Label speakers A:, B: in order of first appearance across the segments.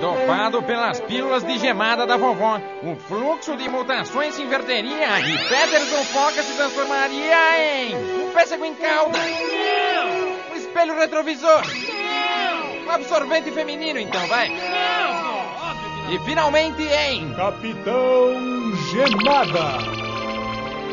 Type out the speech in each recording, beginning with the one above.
A: Dopado pelas pílulas de gemada da vovó, o fluxo de mutações se inverteria e Peterson Foca se transformaria em um pêssego em calda, um espelho retrovisor, um absorvente feminino, então vai. E finalmente em
B: Capitão Gemada.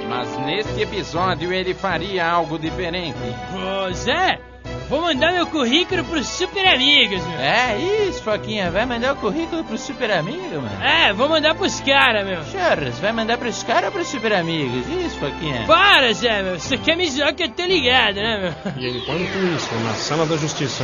A: Mas neste episódio ele faria algo diferente.
C: Pois é, vou mandar meu currículo pros super amigos, meu.
A: É isso, Foquinha, vai mandar o currículo pro super amigo, mano?
C: É, vou mandar pros caras, meu.
A: Charles, vai mandar pros caras ou pros super amigos? Isso, Foquinha.
C: Para, Zé, meu. Você quer me zoar que eu tô ligado, né, meu?
D: E enquanto isso, na sala da justiça.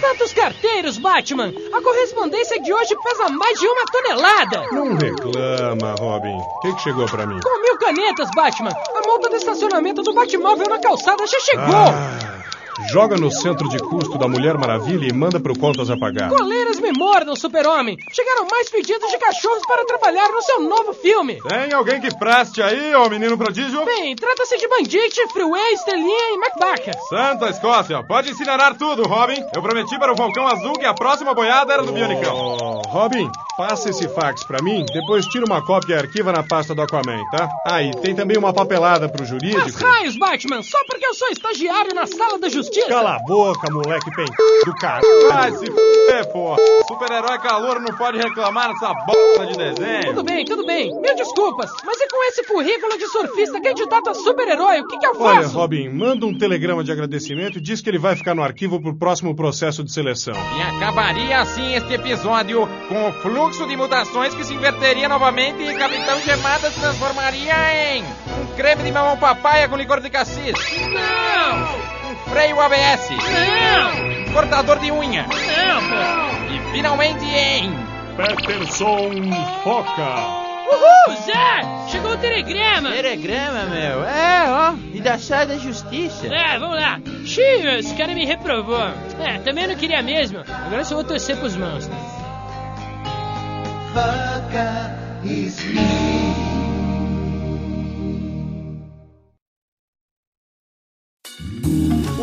C: Tantos carteiros, Batman! A correspondência de hoje pesa mais de uma tonelada!
D: Não reclama, Robin. O que, que chegou pra mim?
C: Com Tá mil canetas, Batman! A multa do estacionamento do Batmóvel na calçada já chegou!
D: Ah, joga no centro de custo da Mulher Maravilha e manda pro Contas a pagar.
C: Coleiras me mordam, super-homem! Chegaram mais pedidos de cachorros para trabalhar no seu novo filme!
D: Tem alguém que preste aí, ô menino prodígio?
C: Bem, trata-se de Bandit, Freeway, Estrelinha e Macbaca.
D: Santa Escócia, pode incinerar tudo, Robin. Eu prometi para o Falcão Azul que a próxima boiada era do Bionicão. Robin, passa esse fax pra mim, depois tira uma cópia e arquiva na pasta do Aquaman, tá? Ah, e tem também uma papelada pro
C: Mas
D: jurídico.
C: raios, Batman, só porque eu sou estagiário na sala da justiça?
D: Cala a boca, moleque pen... do caralho. Vai se f***, pô. Super-herói calor não pode reclamar nessa bosta de
C: Tudo
D: desenho.
C: bem, tudo bem. Mil desculpas. Mas e com esse currículo de surfista candidato a super-herói, o que, que eu
D: Olha,
C: faço?
D: Robin, manda um telegrama de agradecimento e diz que ele vai ficar no arquivo pro próximo processo de seleção.
A: E acabaria assim este episódio com o fluxo de mutações que se inverteria novamente e Capitão Gemada se transformaria em um creme de mamão papaya com licor de cassis,
C: Não!
A: um freio ABS,
C: Não!
A: um cortador de unha
C: Não,
A: e finalmente em
D: Peterson Foca.
C: pô. Uhul, Zé! Chegou o telegrama.
A: Telegrama, meu. É, ó, e da sala da justiça.
C: É, vamos lá. Xiii, meu, esse cara me reprovou. É, também não queria mesmo. Agora eu só vou torcer pros mãos. né?